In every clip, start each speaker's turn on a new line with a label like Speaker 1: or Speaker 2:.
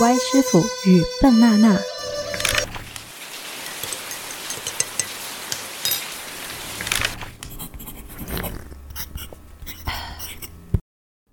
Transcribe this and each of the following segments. Speaker 1: 歪师傅与笨娜娜。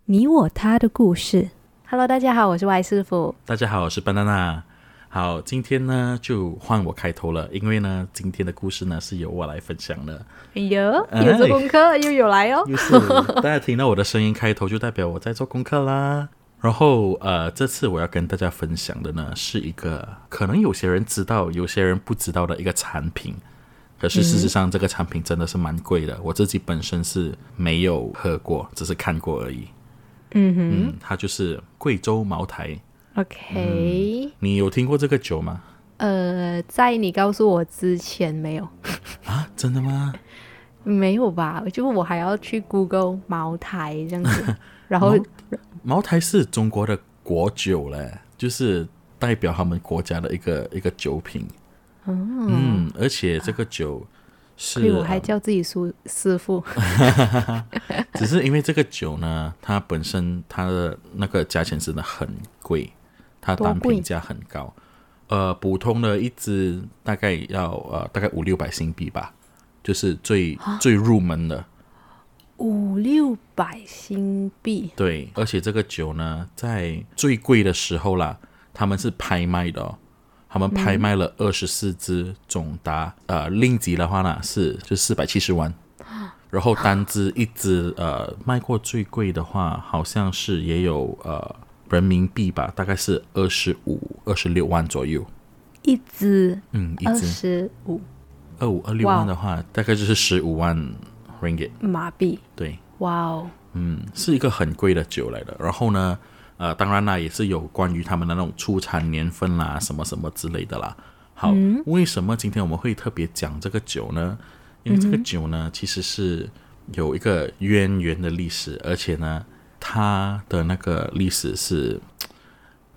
Speaker 1: 你我他的故事。
Speaker 2: Hello，大家好，我是歪师傅。
Speaker 3: 大家好，我是班娜娜。好，今天呢就换我开头了，因为呢今天的故事呢是由我来分享的。
Speaker 2: 哎呦，有做功课又有来哦。
Speaker 3: 又是大家听到我的声音开头，就代表我在做功课啦。然后呃，这次我要跟大家分享的呢是一个可能有些人知道，有些人不知道的一个产品。可是事实上，这个产品真的是蛮贵的，我自己本身是没有喝过，只是看过而已。
Speaker 2: 嗯
Speaker 3: 嗯，它就是贵州茅台。
Speaker 2: 哼，OK，
Speaker 3: 你有听过这个酒吗？嗯
Speaker 2: 呃，在你告诉我之前没有，
Speaker 3: 啊，真的吗？
Speaker 2: 没有吧？就我还要去 Google 茅台这样 子，然后
Speaker 3: 茅台是中国的国酒嘞，就是代表他们国家的一个一个酒品。嗯，而且这个酒
Speaker 2: 对
Speaker 3: 是，
Speaker 2: 哦我还叫自己叔师傅。
Speaker 3: 只是因为这个酒呢，它本身它的那个价钱真的很贵，它
Speaker 2: 多
Speaker 3: 单
Speaker 2: 贵
Speaker 3: 品价很高。呃，普通的一支大概要呃大概五六百新币吧，就是最
Speaker 2: 啊
Speaker 3: 最入门的。
Speaker 2: 五六百新币，
Speaker 3: 对，而且这个酒呢，在最贵的时候啦，他们是拍卖的、哦，他们拍卖了二十四支，总达、呃令吉的话呢是就四百七 十万，然后单支一支呃卖过最贵的话，好像是也有呃人民币吧，大概是二十五二十六万左右，
Speaker 2: 一支
Speaker 3: 嗯，一
Speaker 2: 二
Speaker 3: 支
Speaker 2: 十五
Speaker 3: 二五二六
Speaker 2: 哇
Speaker 3: 万的话，大概就是十五万 ringgit，
Speaker 2: 马币，
Speaker 3: 对。
Speaker 2: 哇哦！
Speaker 3: 嗯，是一个很贵的酒来的。然后呢，呃，当然啦，也是有关于他们的那种出产年份啦，什么什么之类的啦。好，为什么今天我们会特别讲这个酒呢？因为这个酒呢，其实是有一个渊源的历史，而且呢，它的那个历史是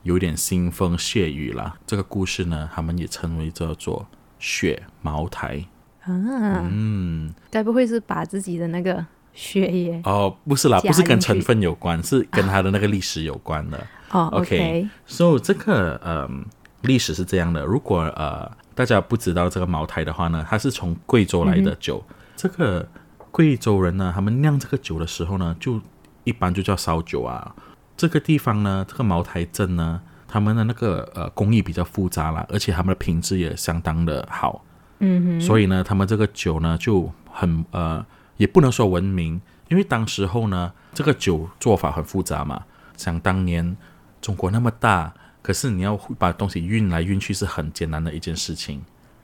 Speaker 3: 有点腥风血雨啦。这个故事呢，他们也称为叫做血茅台。
Speaker 2: 啊，
Speaker 3: 嗯，
Speaker 2: 该不会是把自己的那个血液
Speaker 3: 哦，不是啦，
Speaker 2: 加
Speaker 3: 不是
Speaker 2: 进
Speaker 3: 跟
Speaker 2: 去
Speaker 3: 成分有关，是跟它的那个历史有关的。
Speaker 2: 哦
Speaker 3: OK，So 这个嗯历史是这样的，如果呃大家不知道这个茅台的话呢，它是从贵州来的酒。这个贵州人呢，他们酿这个酒的时候呢，就一般就叫烧酒啊。这个地方呢，这个茅台镇呢，他们的那个呃工艺比较复杂啦，而且他们的品质也相当的好。嗯哼，所以呢，他们这个酒呢就很呃，也不能说文明，因为当时候呢，这个酒做法很复杂嘛。想当年中国那么大，可是你要把东西运来运去是很艰难的一件事情。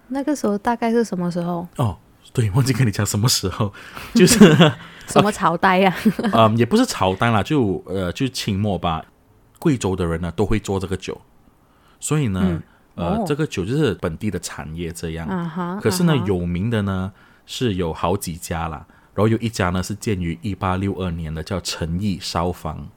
Speaker 2: 那个时候大概是什么时候？
Speaker 3: 哦，对，忘记跟你讲什么时候，就是
Speaker 2: 什
Speaker 3: 哦
Speaker 2: 么朝代啊呀、
Speaker 3: 嗯，也不是朝代啦，就呃，就清末吧。贵州的人呢都会做这个酒，所以呢，呃，
Speaker 2: 哦
Speaker 3: 这个酒就是本地的产业这样。
Speaker 2: 啊哈，
Speaker 3: 可是呢，
Speaker 2: 啊哈
Speaker 3: 有名的呢是有好几家啦，然后有一家呢是建于一八六二年的，叫陈毅烧坊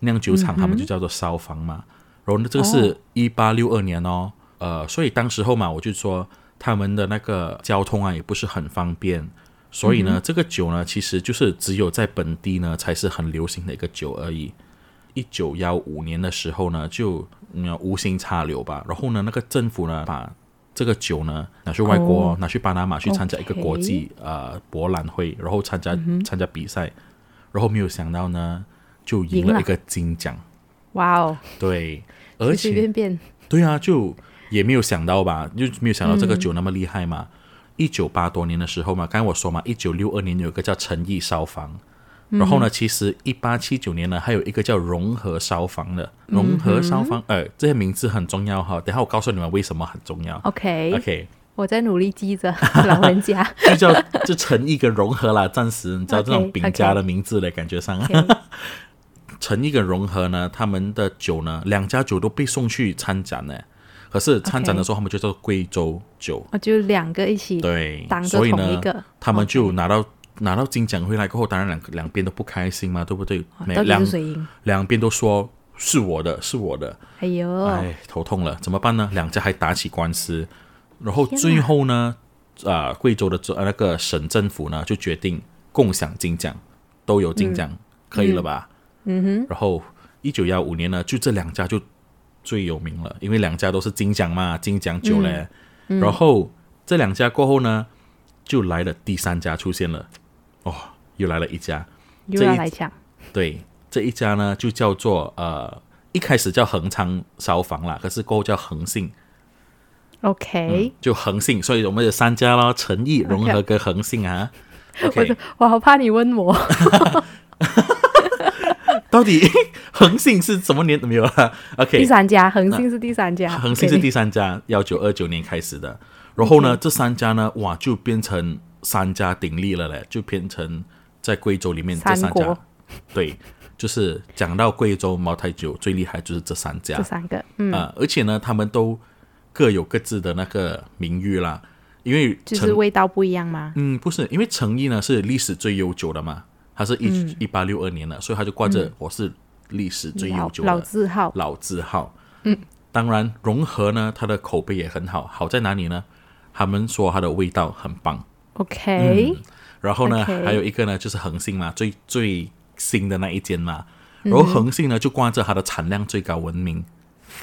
Speaker 3: 酿酒厂，他们就叫做烧坊嘛。然后呢，这个是一八六二年哦，呃，所以当时候嘛，我就说他们的那个交通啊也不是很方便，所以呢，这个酒呢其实就是只有在本地呢才是很流行的一个酒而已。一九幺五年的时候呢，就嗯无心插柳吧，然后呢，那个政府呢把这个酒呢拿去外国，拿去巴拿马去参加一个国际呃博览会，然后参加、参加比赛，然后没有想到呢就赢
Speaker 2: 赢了
Speaker 3: 了一个金奖，
Speaker 2: 哇哦，
Speaker 3: 对，而
Speaker 2: 随随
Speaker 3: 且
Speaker 2: 便便
Speaker 3: 对啊，就也没有想到吧，就没有想到这个酒那么厉害嘛。一九八多年的时候嘛，刚才我说嘛，一九六二年有一个叫陈毅烧坊，然后呢，其实一八七九年呢，还有一个叫融合烧坊的。融合烧坊，呃，这些名字很重要哈。等一下我告诉你们为什么很重要。
Speaker 2: ，OK，,
Speaker 3: OK，
Speaker 2: 我在努力记着老人家。
Speaker 3: 就叫就陈毅跟融合啦，暂时你知道这种
Speaker 2: OK，OK
Speaker 3: 饼家的名字的感觉上。
Speaker 2: OK，
Speaker 3: 陈毅跟融合呢，他们的酒呢，两家酒都被送去参展呢。可是参展的时候他们就叫做贵州酒，
Speaker 2: 我就两个一起
Speaker 3: 对
Speaker 2: 当，着
Speaker 3: 所以
Speaker 2: 同一
Speaker 3: 呢
Speaker 2: 个，
Speaker 3: 他们就拿到拿到金奖回来过后，当然两两边都不开心嘛，对不对？每
Speaker 2: 哦到底
Speaker 3: 两
Speaker 2: 是谁赢？
Speaker 3: 两边都说是我的，是我的，
Speaker 2: 哎呦，
Speaker 3: 哎，头痛了，怎么办呢？两家还打起官司，然后最后呢，啊，贵州的州呃那个省政府呢就决定共享金奖，都有金奖，可以了吧？嗯哼。然后一九幺五年呢，就这两家就最有名了，因为两家都是金奖嘛，金奖酒嘞。然后这两家过后呢，就来了第三家出现了，哦，又来了一家，
Speaker 2: 又要来抢，
Speaker 3: 对，这一家呢就叫做呃，一开始叫恒昌烧房啦，可是过后叫恒信，
Speaker 2: OK，、
Speaker 3: 就恒信，所以我们有三家咯，诚意、融合跟恒信啊。OK，
Speaker 2: 我好怕你问我，
Speaker 3: 到底恒信是什么年没有啊
Speaker 2: 第
Speaker 3: ？OK，
Speaker 2: 三家恒星是第三家，
Speaker 3: 恒信是第三家，幺九二九年开始的。然
Speaker 2: 嗯
Speaker 3: 后呢，这三家呢，哇，就变成三家鼎立了嘞，就变成在贵州里面这
Speaker 2: 三
Speaker 3: 三
Speaker 2: 国
Speaker 3: 家。对，就是讲到贵州茅台酒最厉害就是这三家，
Speaker 2: 这三个，嗯，
Speaker 3: 啊，而且呢，他们都各有各自的那个名誉啦。因为
Speaker 2: 就是
Speaker 3: 成
Speaker 2: 味道不一样嘛，
Speaker 3: 嗯，不是，因为诚意呢是历史最悠久的嘛，它是
Speaker 2: 嗯
Speaker 3: 一一八六二年的，所以他就挂着我是历史最悠
Speaker 2: 老
Speaker 3: 久
Speaker 2: 嗯
Speaker 3: 的
Speaker 2: 老字号，
Speaker 3: 老字号。嗯，当然融合呢，它的口碑也很好，好在哪里呢？他们说它的味道很棒。
Speaker 2: OK，、
Speaker 3: 嗯然后呢
Speaker 2: OK
Speaker 3: 还有一个呢就是恒信嘛，最最新的那一间嘛。
Speaker 2: 嗯
Speaker 3: 然后恒信呢就挂着它的产量最高闻名，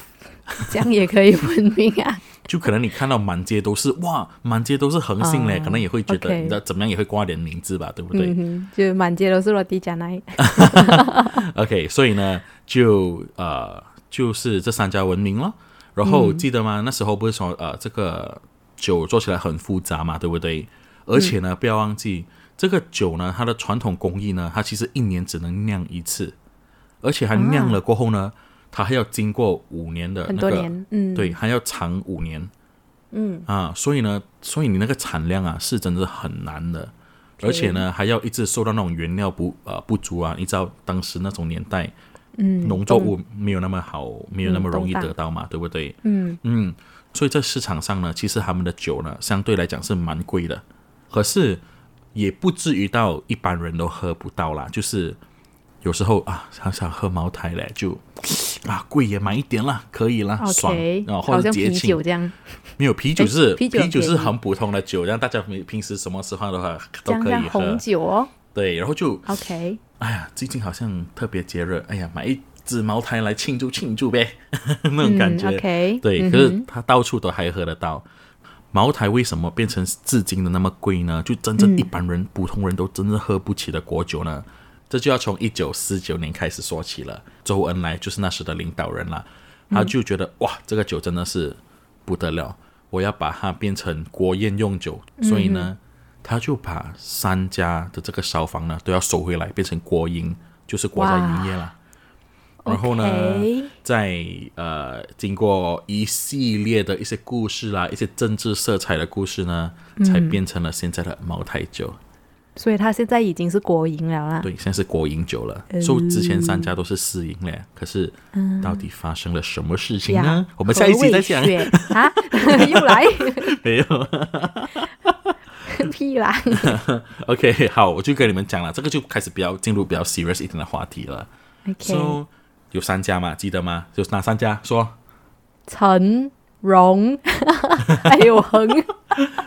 Speaker 2: 这样也可以文明啊。
Speaker 3: 就可能你看到满街都是哇，满街都是恒信嘞，可能也会觉得
Speaker 2: 啊 OK
Speaker 3: 你知道怎么样也会挂点名字吧，对 不对？
Speaker 2: 嗯哼，就满街都是落地加奶，
Speaker 3: OK，所以呢，就呃，就是这三家闻名了。然后记得吗？那时候不是说呃，这个酒做起来很复杂嘛，对不对？而且呢，不要忘记这个酒呢，它的传统工艺呢，它其实一年只能酿一次，而且它酿了过后呢，它还要经过五年的
Speaker 2: 啊很
Speaker 3: 呃那
Speaker 2: 多
Speaker 3: 个
Speaker 2: 年，嗯，
Speaker 3: 对，还要长五年。嗯啊，所以呢，所以你那个产量啊，是真的很难的，而且呢，还要一直受到那种原料不呃不足啊。你知道当时那种年代，嗯，农作物没有那么好，没有那么容易
Speaker 2: 动荡
Speaker 3: 得到嘛，对不对？
Speaker 2: 嗯
Speaker 3: 嗯，所以在市场上呢，其实他们的酒呢，相对来讲是蛮贵的，可是也不至于到一般人都喝不到啦。就是有时候啊，想想喝茅台嘞，就啊贵也买一点啦，可以啦爽
Speaker 2: 哦，OK，
Speaker 3: 啊，或
Speaker 2: 好
Speaker 3: 者
Speaker 2: 像
Speaker 3: 节
Speaker 2: 啤
Speaker 3: 庆
Speaker 2: 酒这样，
Speaker 3: 没有啤酒是
Speaker 2: 哎啤酒很
Speaker 3: 是
Speaker 2: 便宜
Speaker 3: 很普通的酒，让大家平平时什么时候的话
Speaker 2: 这
Speaker 3: 都
Speaker 2: 样
Speaker 3: 可
Speaker 2: 像
Speaker 3: 以喝
Speaker 2: 红。酒哦
Speaker 3: 对，然后就
Speaker 2: ，OK，
Speaker 3: 哎呀，最近好像特别节日，哎呀，买一支茅台来庆祝庆祝呗， 那种 感
Speaker 2: 嗯
Speaker 3: 觉。
Speaker 2: ，OK，
Speaker 3: 对，
Speaker 2: 嗯
Speaker 3: 可是
Speaker 2: 哼
Speaker 3: 它到处都还喝得到。茅台为什么变成至今的那么贵呢？就真正一般人、普通人都真正喝不起的国酒呢？这就要从一九四九年开始说起了。周恩来就是那时的领导人了，他就觉得、哇，这个酒真的是不得了，我要把它变成国宴用酒，所以
Speaker 2: 嗯
Speaker 3: 呢，他就把三家的这个烧坊呢都要收回来，变成国营，就是国家营业了。然后呢
Speaker 2: OK
Speaker 3: 在呃经过一系列的一些故事啦，一些政治色彩的故事呢，才变成了现在的茅台酒。
Speaker 2: 所以他现在已经是国营了啦。
Speaker 3: 对，现在是国营酒了。所以之前三家都是私营嘞，可是到底发生了什么事情呢
Speaker 2: 呀？
Speaker 3: 我们下一集再讲
Speaker 2: 讲。啊， 又来
Speaker 3: 没有
Speaker 2: 屁啦！
Speaker 3: ，OK，好，我就跟你们讲了，这个就开始比较进入比较 serious 一点的话题了。
Speaker 2: OK，
Speaker 3: So 有三家嘛，记得吗？有哪三家？说，
Speaker 2: 陈 荣，还有恒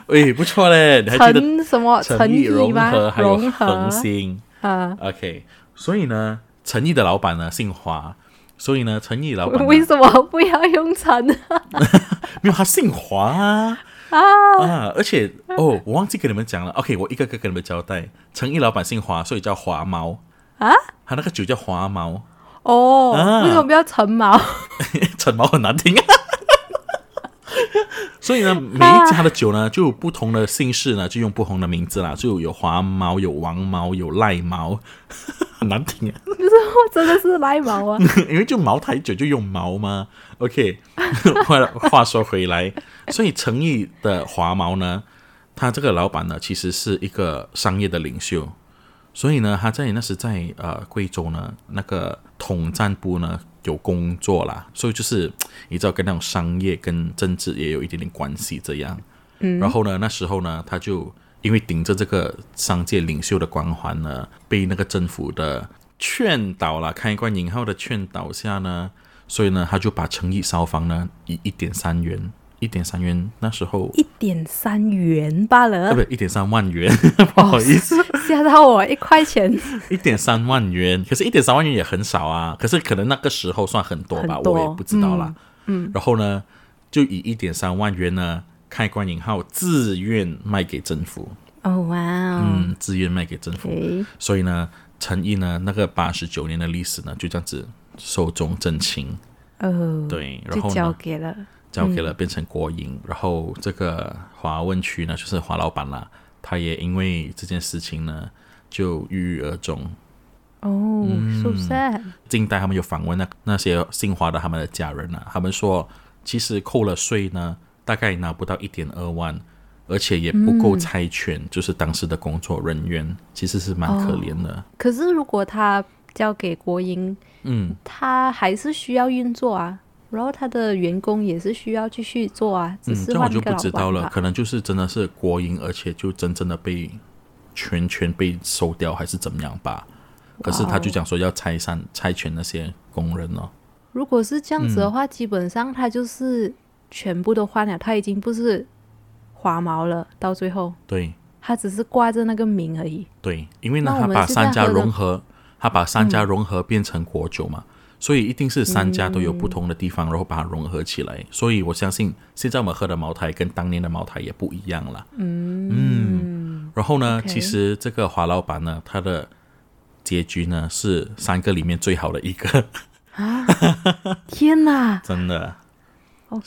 Speaker 3: 哎，不错嘞，你还记得
Speaker 2: 陈什么
Speaker 3: 诚
Speaker 2: 陈
Speaker 3: 意
Speaker 2: 毅
Speaker 3: 融
Speaker 2: 吗
Speaker 3: 合？还有
Speaker 2: 融合
Speaker 3: 恒星。
Speaker 2: 啊？
Speaker 3: OK，诚意呢，诚意的老板呢姓华，所以呢，诚意老板呢
Speaker 2: 为什么不要用 陈？
Speaker 3: 啊没有他姓华啊啊而且哦，我忘记跟你们讲了。OK，我一个个跟你们交代，诚意老板姓华，所以叫华毛
Speaker 2: 啊，
Speaker 3: 他那个酒叫华毛，
Speaker 2: 哦
Speaker 3: 啊，
Speaker 2: 为什么不要陈毛？
Speaker 3: 陈毛很难听 啊。所以呢，每一家的酒呢，就有不同的姓氏呢，就用不同的名字啦，就有华毛、有王毛、有赖毛， 很难听啊。
Speaker 2: 真的是赖毛啊！
Speaker 3: 因为就茅台酒就用毛嘛。OK，话 话说回来，所以诚毅的华毛呢，他这个老板呢，其实是一个商业的领袖，所以呢，他在那时在呃贵州呢那个统战部呢有工作啦，所以就是你知道跟那种商业跟政治也有一点点关系这样。嗯，然后呢，那时候呢，他就因为顶着这个商界领袖的光环呢，被那个政府的劝导啦，开关引号的劝导下呢，所以呢，他就把诚意烧房呢以一点三元，一点三元那时候
Speaker 2: 一点三元罢
Speaker 3: 啊，
Speaker 2: 了
Speaker 3: 不，，一点三万元，不好意思，
Speaker 2: 吓到我，一块 钱
Speaker 3: 一点三万元，可是，一点三万元也很少啊。可是，可能那个时候算很多吧，
Speaker 2: 很多
Speaker 3: 我也不知道啦。嗯，然后呢，就以一点三万元呢，开关银号自愿卖给政府，
Speaker 2: 哦，哇哦，
Speaker 3: 嗯，自愿卖给政府。
Speaker 2: 诶，
Speaker 3: 所以呢，陈毅呢，那个八十九年的历史呢，就这样子寿终正寝。
Speaker 2: 哦，
Speaker 3: 对，然
Speaker 2: 就
Speaker 3: 后
Speaker 2: 交嗯
Speaker 3: 呢，
Speaker 2: 给了
Speaker 3: 交给了变成国营，然后这个华汶区呢，就是华老板啦，他也因为这件事情呢，就郁郁而终。
Speaker 2: 哦，so
Speaker 3: 嗯
Speaker 2: sad，
Speaker 3: 近代他们有访问那那些姓华的他们的家人啊，他们说其实扣了税呢，大概拿不到一点二万，而且也不
Speaker 2: 嗯
Speaker 3: 够猜拳，就是当时的工作人员其实是蛮可怜的。
Speaker 2: 可是如果他交给国营，
Speaker 3: 嗯，
Speaker 2: 他还是需要运作啊，然后他的员工也是需要继续做啊，只
Speaker 3: 嗯，
Speaker 2: 是
Speaker 3: 这样我
Speaker 2: 换
Speaker 3: 就
Speaker 2: 一个
Speaker 3: 不
Speaker 2: 老
Speaker 3: 知道
Speaker 2: 板
Speaker 3: 了，
Speaker 2: 吧。
Speaker 3: 可能就是真的是国营，而且就真正的被全权被收掉，还是怎么样吧。可是
Speaker 2: 哦
Speaker 3: 他就讲说要拆散拆权那些工人哦，
Speaker 2: 如果是这样子的话，基本上他就是全部都换了，他已经不是华毛了，到最后
Speaker 3: 对
Speaker 2: 他只是挂着那个名而已。
Speaker 3: 对，因为呢
Speaker 2: 那我
Speaker 3: 他
Speaker 2: 们
Speaker 3: 把
Speaker 2: 现在
Speaker 3: 三家
Speaker 2: 喝的嗯
Speaker 3: 融合，他把三家融合变成国酒嘛，所以一定是三家都有不同的地方，然后把它融合起来。所以我相信现在我们喝的茅台跟当年的茅台也不一样了。
Speaker 2: 嗯，
Speaker 3: 然后呢
Speaker 2: OK
Speaker 3: 其实这个华老板呢，他的结局呢是三个里面最好的一个，
Speaker 2: 天哪
Speaker 3: 真的。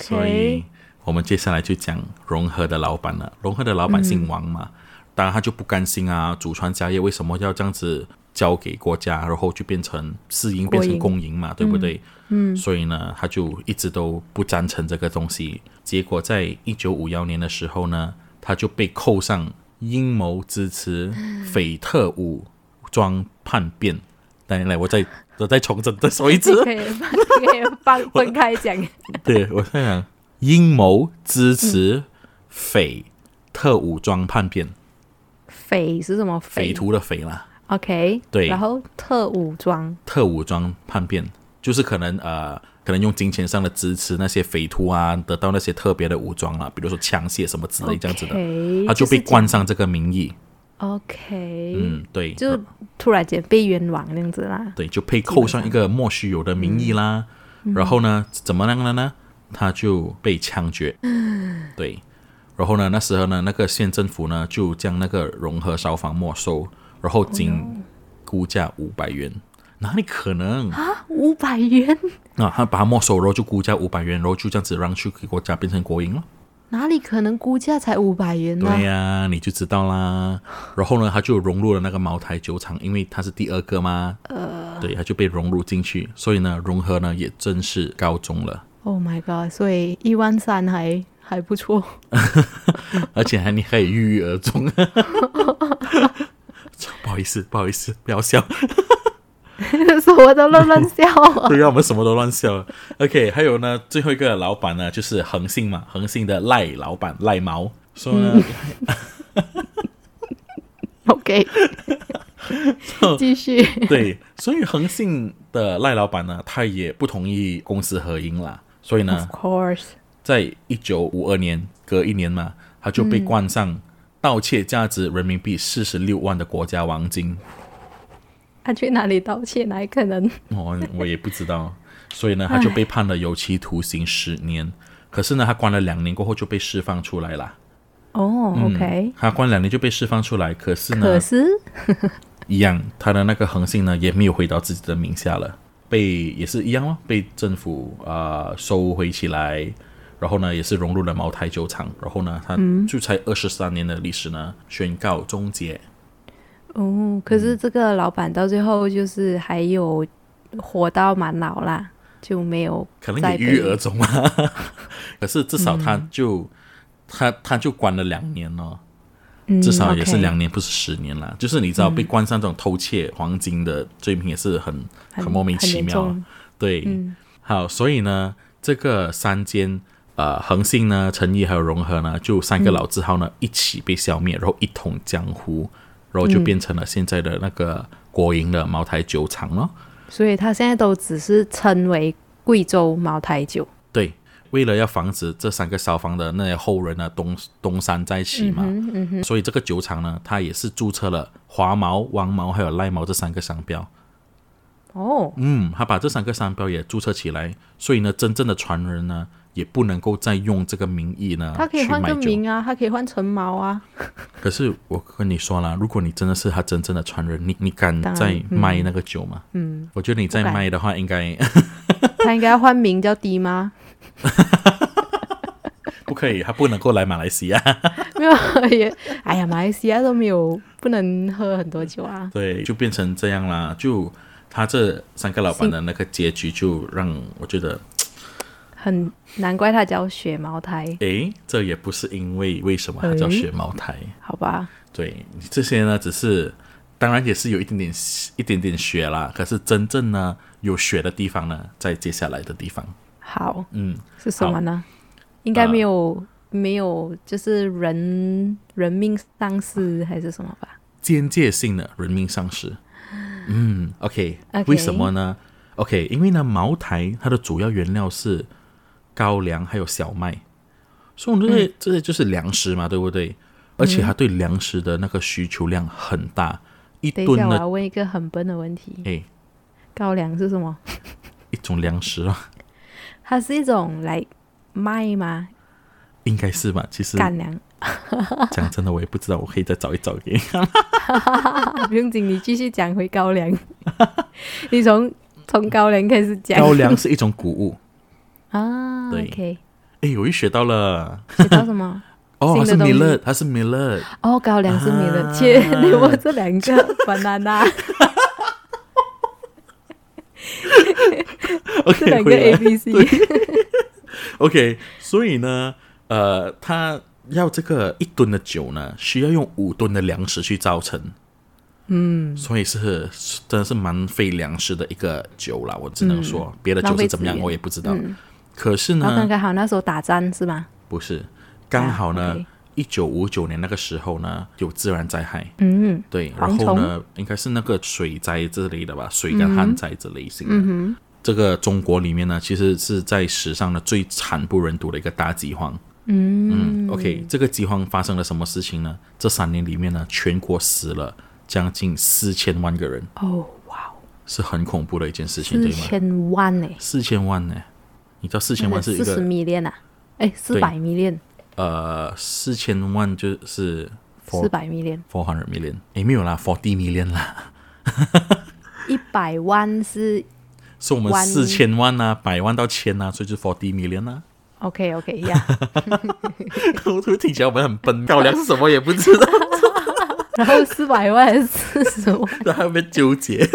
Speaker 3: 所以
Speaker 2: ，OK，
Speaker 3: 我们接下来就讲融合的老板了。融合的老板姓王嘛，当然他就不甘心啊，祖传家业为什么要这样子交给国家，然后就变成私营
Speaker 2: 国
Speaker 3: 变
Speaker 2: 营
Speaker 3: 成公营嘛，对不对？嗯，所以呢，他就一直都不赞成这个东西。结果在一九五幺年的时候呢，他就被扣上阴谋支持匪特武装叛变。来来，我再我再重整再说一 次。
Speaker 2: 可以把可以放分开讲。
Speaker 3: 对， 我在想阴谋支持匪特武装叛变，
Speaker 2: 匪是什么？
Speaker 3: 匪徒的匪啦，
Speaker 2: OK，
Speaker 3: 对
Speaker 2: 然后特武装
Speaker 3: 特武装叛变就是可能呃，可能用金钱上的支持那些匪徒啊，得到那些特别的武装啊啦，比如说枪械什么之类这样子的，
Speaker 2: OK，
Speaker 3: 他哦就被
Speaker 2: 是
Speaker 3: 冠上这个名义。
Speaker 2: OK，、
Speaker 3: 嗯，对，
Speaker 2: 就突然间被冤枉那样子啦。
Speaker 3: 对，就被扣上一个莫须有的名义啦。然后呢，怎么样了呢？他就被枪决。对，然后呢，那时候呢，那个县政府呢就将那个融合烧房没收，然后仅估价五百元。哪里可能？
Speaker 2: 啊，五百元
Speaker 3: 那、他把它没收，然后就估价五百元，然后就这样子让去给国家变成国营了。
Speaker 2: 哪里可能估价才五百元呢、
Speaker 3: 对呀、你就知道啦。然后呢，他就融入了那个茅台酒厂，因为他是第二个嘛，呃，对，他就被融入进去，所以呢，融合呢也正式告终了，
Speaker 2: o h Oh my god！所以一万三还还不错。
Speaker 3: 而且还你还郁郁而终。 不好意思，不好意思，不要笑，
Speaker 2: 什么都乱乱 笑啊！
Speaker 3: 对呀，我们什么都乱笑了。OK，还有呢，最后一个老板呢，就是恒信嘛，恒信的赖老板赖毛说呢，
Speaker 2: OK，继续。
Speaker 3: 对，所以恒信的赖老板呢，他也不同意公私合营啦，所以呢
Speaker 2: Of course，
Speaker 3: 在一九五二年，隔一年嘛，他就被冠上盗窃价值人民币四十六万的国家王金。
Speaker 2: 他去哪里盗窃？哪里可能？
Speaker 3: 我哦我也不知道，所以呢，他就被判了有期徒刑十年。可是呢，他关了两年过后就被释放出来啦。
Speaker 2: 哦、o
Speaker 3: 嗯
Speaker 2: k
Speaker 3: 他关两年就被释放出来，可是呢，
Speaker 2: 可是
Speaker 3: 一样，他的那个恒信呢也没有回到自己的名下了，被也是一样哦，被政府啊、呃收回起来，然后呢也是融入了茅台酒厂，然后呢他就才二十三年的历史呢宣告终结，
Speaker 2: 哦，可是这个老板到最后就是还有活到蛮老啦，就没有
Speaker 3: 可能
Speaker 2: 再
Speaker 3: 也郁郁
Speaker 2: 被
Speaker 3: 而 终啊。可是至少他就、他他就关了两年哦，
Speaker 2: 嗯
Speaker 3: 至少也是
Speaker 2: OK 嗯
Speaker 3: 两年，不是十年啦。就是你知道被冠上这种偷窃黄金的罪名也是很
Speaker 2: 很
Speaker 3: 莫名
Speaker 2: 很
Speaker 3: 其
Speaker 2: 严
Speaker 3: 妙啊
Speaker 2: 重。
Speaker 3: 对，好，所以呢，这个三间呃恒信呢、诚毅还有融合呢，就三个老字号呢、一起被消灭，然后一统江湖，然后就变成了现在的那个国营的茅台酒厂了。
Speaker 2: 所以他现在都只是称为贵州茅台酒。
Speaker 3: 对，为了要防止这三个烧坊的那些后人呢东东山再起
Speaker 2: 嗯
Speaker 3: 嘛，所以这个酒厂呢，它也是注册了华毛、王毛还有赖毛这三个商标。
Speaker 2: 哦，
Speaker 3: 嗯，他把这三个商标也注册起来，所以呢，真正的传人呢，也不能够再用这个名义呢
Speaker 2: 他可以
Speaker 3: 去
Speaker 2: 换
Speaker 3: 买
Speaker 2: 个
Speaker 3: 酒。
Speaker 2: 名啊，他可以换陈毛啊，
Speaker 3: 可是我跟你说啦，如果你真的是他真正的传人，你你敢
Speaker 2: 当然
Speaker 3: 再卖那个酒吗？
Speaker 2: 嗯，
Speaker 3: 我觉得你再
Speaker 2: 不敢
Speaker 3: 卖的话，应该
Speaker 2: 他应该要换名叫迪妈，
Speaker 3: 不可以，他不能够来马来 西亚。
Speaker 2: 没有也，哎呀，马来西亚都没有不能喝很多酒啊，
Speaker 3: 对，就变成这样啦。就他这三个老板的那个结局，就让我觉得，
Speaker 2: 很难怪他叫血茅台，
Speaker 3: 诶，这也不是因为为什么它叫雪茅台。
Speaker 2: 好吧，
Speaker 3: 对，这些呢，只是当然也是有一点点一点点雪啦。可是真正呢，有雪的地方呢，在接下来的地方，
Speaker 2: 好
Speaker 3: 嗯，
Speaker 2: 是什么呢？应该没有、没有，就是人人命丧失还是什么吧？
Speaker 3: 间接性的人命丧失。嗯
Speaker 2: OK
Speaker 3: 为什么呢？OK，因为呢，茅台它的主要原料是高粱还有小麦，所以我们
Speaker 2: 嗯
Speaker 3: 这些、这些就是粮食嘛，对不对？而且它对粮食的那个需求量很大，一
Speaker 2: 等一
Speaker 3: 吨
Speaker 2: 下，我
Speaker 3: 的
Speaker 2: 要问一个很笨的问题：
Speaker 3: 哎
Speaker 2: 高粱是什么？
Speaker 3: 一种粮食啊，
Speaker 2: 它是一种来麦吗？
Speaker 3: 应该是吧？其实
Speaker 2: 干粮
Speaker 3: 讲真的，我也不知道，我可以再找一找给 你。
Speaker 2: 啊，不用紧，你继续讲回高粱。 你从从高粱开始讲
Speaker 3: 高粱是一种谷物，
Speaker 2: 啊。
Speaker 3: 对
Speaker 2: OK，
Speaker 3: 哎，我又学到了
Speaker 2: 学到什么？
Speaker 3: 哦，它
Speaker 2: 新的东西
Speaker 3: 是 millet，它是 millet，
Speaker 2: 哦，高粱是你的
Speaker 3: 啊，
Speaker 2: 切 你我这两个 banana，这
Speaker 3: OK，
Speaker 2: 两个
Speaker 3: 回来
Speaker 2: A B C，
Speaker 3: 啊 OK，所以呢，呃，他要这个一吨的酒呢，需要用五吨的粮食去造成。嗯，所以是是真的是蛮费粮食的一个酒啦，我只能说、别的酒
Speaker 2: 嗯浪
Speaker 3: 是
Speaker 2: 费
Speaker 3: 怎么样
Speaker 2: 资源嗯
Speaker 3: 我也不知道。可是
Speaker 2: 然后
Speaker 3: 呢
Speaker 2: 哦刚，刚好那时候打仗是吗？
Speaker 3: 不是刚好
Speaker 2: 啊
Speaker 3: 呢
Speaker 2: ，OK，
Speaker 3: 一九五九年那个时候呢，有自然灾害，
Speaker 2: 嗯，
Speaker 3: 对，然
Speaker 2: 蝗
Speaker 3: 后呢，应该是那个水灾之类的吧，水跟旱灾之类型的。
Speaker 2: 嗯
Speaker 3: 这个中国里面呢，其实是在史上的最惨不忍睹的一个大饥荒。嗯 o k 这个饥荒发生了什么事情呢？这三年里面呢，全国死了将近四千万个人，
Speaker 2: 哦，哇，
Speaker 3: 是很恐怖的一件事情，
Speaker 2: 四
Speaker 3: 对吗？
Speaker 2: 千万欸呢，
Speaker 3: 四千万呢、你知道四千万是一
Speaker 2: 四十
Speaker 3: 个
Speaker 2: 米链啊，哎，四百米链，
Speaker 3: 呃，四千万就是
Speaker 2: 四
Speaker 3: four
Speaker 2: 百米链，
Speaker 3: four hundred million，诶，没有啦，forty million 啦。
Speaker 2: 一百万是
Speaker 3: 是我们
Speaker 2: 万
Speaker 3: 四千万呐、百万到千啊呐、所以就 forty million 呐、
Speaker 2: OK OK 呀，
Speaker 3: 我突然听起来我们很笨，高粱是什么也不知道，
Speaker 2: 然后四百万是四十万，
Speaker 3: 在那边纠结。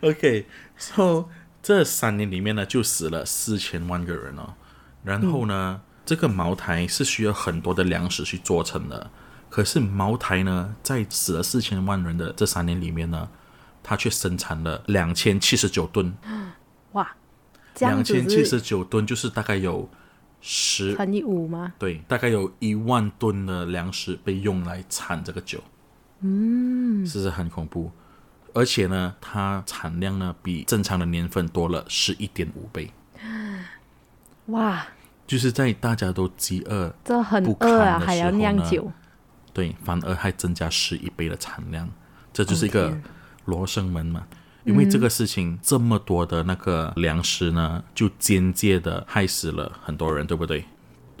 Speaker 3: OK，so、这三年里面呢，就死了四千万个人哦。然后呢，这个茅台是需要很多的粮食去做成的，可是茅台呢，在死了四千万人的这三年里面呢，它却生产了两千七十九吨，
Speaker 2: 哇，这样
Speaker 3: 两
Speaker 2: 子
Speaker 3: 千七
Speaker 2: 是
Speaker 3: 十九吨就是大概有十
Speaker 2: 乘以五吗？
Speaker 3: 对，大概有一万吨的粮食被用来产这个酒，嗯，是不是很恐怖？而且呢，它产量呢比正常的年份多了十一点五倍，
Speaker 2: 哇，
Speaker 3: 就是在大家都饥饿，
Speaker 2: 这很
Speaker 3: 不
Speaker 2: 饿啊，
Speaker 3: 堪的
Speaker 2: 还
Speaker 3: 时
Speaker 2: 要
Speaker 3: 候
Speaker 2: 酿
Speaker 3: 呢
Speaker 2: 酒，
Speaker 3: 对，反而还增加十一倍的产量，这就是一
Speaker 2: 哦
Speaker 3: 个
Speaker 2: 天
Speaker 3: 罗生门嘛。因为这个事情，这么多的那个粮食呢，就间接的害死了很多人，对不对？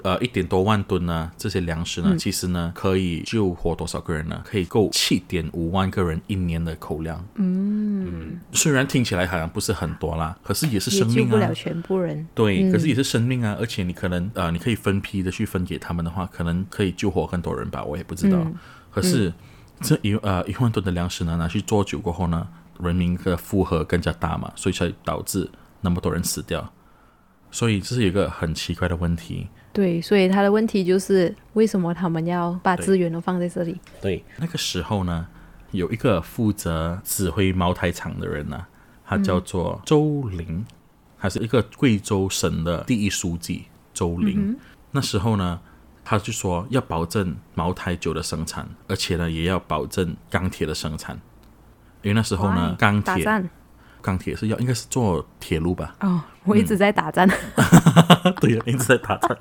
Speaker 3: 呃，一点多万吨呢，这些粮食呢，
Speaker 2: 嗯
Speaker 3: 其实呢，可以救活多少个人呢？可以够七点五万个人一年的口粮。嗯虽然听起来好像不是很多啦，可是也是
Speaker 2: 也
Speaker 3: 生
Speaker 2: 救
Speaker 3: 命
Speaker 2: 不
Speaker 3: 啊
Speaker 2: 了。全部人，
Speaker 3: 对，可是也是生命啊，而且你可能呃，你可以分批的去分给他们的话，可能可以救活更多人吧，我也不知道。可是这一呃一万吨的粮食呢，拿去做酒过后呢，人民的负荷更加大嘛，所以才导致那么多人死掉。所以这是一个很奇怪的问题。
Speaker 2: 对，所以他的问题就是为什么他们要把
Speaker 3: 对
Speaker 2: 资源都放在这里？
Speaker 3: 对，那个时候呢，有一个负责指挥茅台厂的人呢，他叫做周林，他是一个贵州省的第一书记周林。那时候呢，他就说要保证茅台酒的生产，而且呢，也要保证钢铁的生产，因为那时候呢，
Speaker 2: Why？
Speaker 3: 钢
Speaker 2: 打
Speaker 3: 铁
Speaker 2: 仗
Speaker 3: 钢铁是要应该是坐铁路吧？
Speaker 2: 哦，我一直在打战，
Speaker 3: 对呀、一直在打仗。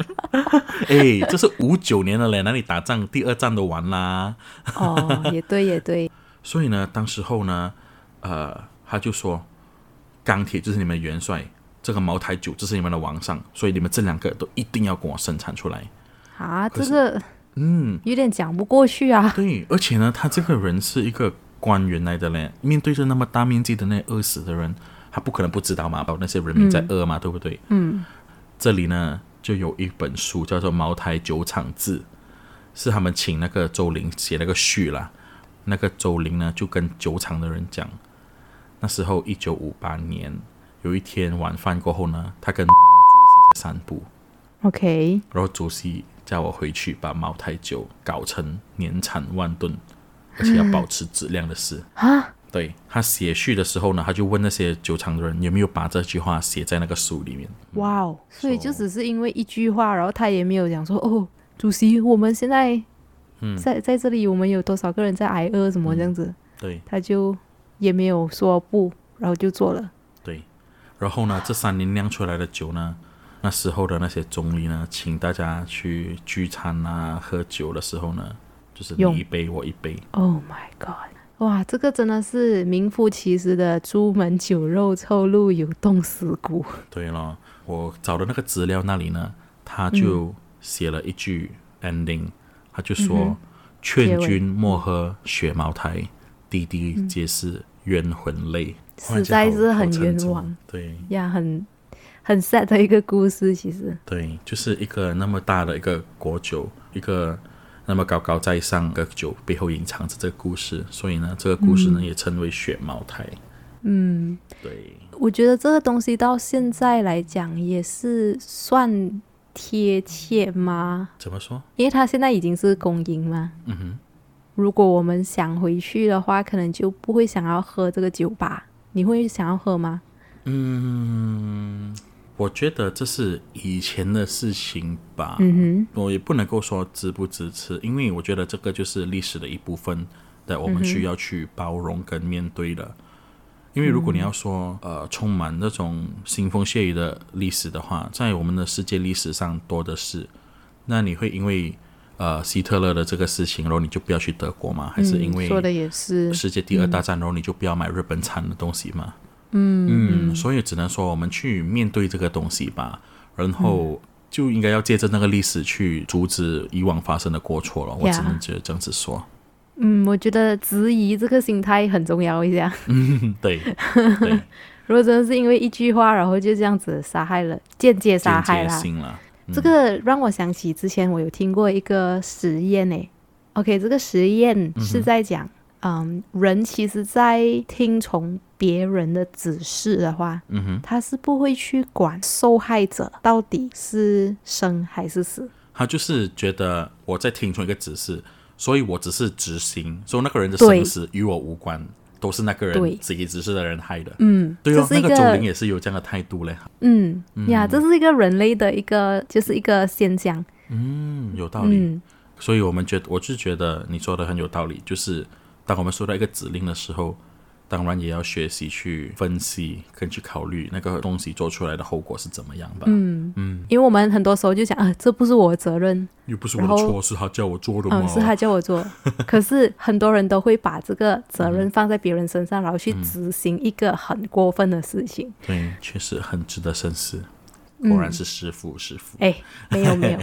Speaker 3: 哎，这是五九年的嘞，哪里打仗？第二战都完啦。
Speaker 2: 哦，也对，也对，
Speaker 3: 所以呢，当时候呢，呃，他就说，钢铁就是你们的元帅，这个茅台酒就是你们的王上，所以你们这两个都一定要给我生产出来。
Speaker 2: 啊，
Speaker 3: 可
Speaker 2: 这
Speaker 3: 是
Speaker 2: 个
Speaker 3: 嗯，
Speaker 2: 有点讲不过去啊。
Speaker 3: 对，而且呢，他这个人是一个官员来的嘞，面对着那么大面积的那饿死的人，他不可能不知道嘛，把那些人民在饿嘛，对不对？嗯，这里呢就有一本书叫做《茅台酒厂志》，是他们请那个周玲写那个序啦。那个周玲呢就跟酒厂的人讲，那时候一九五八年有一天晚饭过后呢，他跟毛主席在散步，
Speaker 2: OK，
Speaker 3: 然后主席叫我回去把茅台酒搞成年产万吨，而且要保持质量的事。
Speaker 2: 啊，
Speaker 3: 对他写序的时候呢，他就问那些酒厂的人有没有把这句话写在那个书里面。
Speaker 2: 哇哦！所以就
Speaker 3: So-
Speaker 2: 只是因为一句话，然后他也没有讲说哦，主席，我们现在在在这里，我们有多少个人在挨饿什么这样子，
Speaker 3: 对
Speaker 2: 他就也没有说不，然后就做了。
Speaker 3: 对，然后呢，这三年酿出来的酒呢，那时候的那些总理呢，请大家去聚餐啊、喝酒的时候呢，就是
Speaker 2: 用
Speaker 3: 你一杯我一杯。
Speaker 2: Oh my god！哇，这个真的是名副其实的朱门酒肉臭，路有冻死骨。
Speaker 3: 对了，我找的那个资料那里呢，他就
Speaker 2: 嗯
Speaker 3: 写了一句 ending，、他就说：“劝君莫喝雪茅台，滴滴皆是冤魂泪。
Speaker 2: 实嗯在是很冤枉
Speaker 3: 哇这好好沉重对
Speaker 2: 呀，很很 sad 的一个故事，其实
Speaker 3: 对，就是一个那么大的一个国酒，一个那么高高在上的酒背后隐藏着这个故事，所以呢，这个故事
Speaker 2: 嗯
Speaker 3: 呢、也称为雪茅台。嗯，对，
Speaker 2: 我觉得这个东西到现在来讲也是算贴切吗？
Speaker 3: 怎么说？
Speaker 2: 因为它现在已经是公营嘛。
Speaker 3: 嗯哼，
Speaker 2: 如果我们想回去的话，可能就不会想要喝这个酒吧。你会想要喝吗？
Speaker 3: 嗯，我觉得这是以前的事情吧。
Speaker 2: 嗯
Speaker 3: 我也不能够说支不支持，因为我觉得这个就是历史的一部分，对，我们需要去包容跟面对的。因为如果你要说呃充满那种腥风血雨的历史的话，在我们的世界历史上多的是。那你会因为呃希特勒的这个事情，然后你就不要去德国吗？还
Speaker 2: 哼，
Speaker 3: 是因为
Speaker 2: 嗯、说的也是，
Speaker 3: 世界第二
Speaker 2: 嗯
Speaker 3: 大战，然后你就不要买日本产的东西嘛。嗯嗯，所以只能说我们去面对这个东西吧，然
Speaker 2: 嗯
Speaker 3: 后就应该要借着那个历史去阻止以往发生的过错了。我
Speaker 2: Yeah
Speaker 3: 只能只这样子说。
Speaker 2: 嗯，我觉得质疑这个心态很重要一下。
Speaker 3: 嗯，对对，
Speaker 2: 如果真的是因为一句话，然后就这样子杀害了，间接杀
Speaker 3: 间
Speaker 2: 害
Speaker 3: 接
Speaker 2: 啦，
Speaker 3: 性了。嗯
Speaker 2: 这个让我想起之前我有听过一个实验诶，OK，这个实验是在讲，嗯人其实在听从别人的指示的话，
Speaker 3: 嗯哼，
Speaker 2: 他是不会去管受害者到底是生还是死。
Speaker 3: 他就是觉得我在听从一个指示，所以我只是执行，所以那个人的
Speaker 2: 对
Speaker 3: 生死与我无关，都是那个
Speaker 2: 对
Speaker 3: 人自己指示的人害的。
Speaker 2: 嗯，
Speaker 3: 对
Speaker 2: 这
Speaker 3: 哦，
Speaker 2: 是
Speaker 3: 那
Speaker 2: 一
Speaker 3: 个
Speaker 2: 个
Speaker 3: 周玲也是有这样的态度嘞。
Speaker 2: 嗯呀，这是一个人类的一个就是一个现象。
Speaker 3: 嗯，有道理。
Speaker 2: 嗯
Speaker 3: 所以我们觉得，我是觉得你说的很有道理，就是当我们收到一个指令的时候，当然也要学习去分析跟去考虑那个东西做出来的后果是怎么样吧。
Speaker 2: 嗯嗯，因为我们很多时候就想啊，这不是我的责任，
Speaker 3: 又不是
Speaker 2: 我的然后错，
Speaker 3: 是他叫我做的
Speaker 2: 嗯，是他叫我做。可是很多人都会把这个责任放在别人身上，然后去执行一个很过分的事情。
Speaker 3: 对，确实很值得深思。
Speaker 2: 嗯
Speaker 3: 果然是师傅，师傅。
Speaker 2: 哎，没有没有，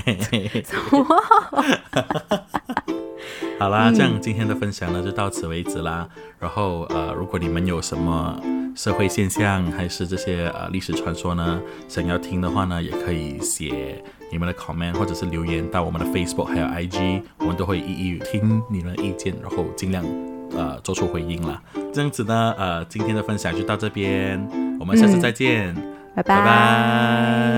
Speaker 3: 好啦，
Speaker 2: 嗯
Speaker 3: 这样今天的分享呢就到此为止啦。然后呃，如果你们有什么社会现象还是这些呃历史传说呢，想要听的话呢，也可以写你们的 comment 或者是留言到我们的 Facebook 还有 IG，我们都会一一听你们的意见，然后尽量呃做出回应啦。这样子呢，呃，今天的分享就到这边，我们下次再见，
Speaker 2: 嗯拜
Speaker 3: 拜拜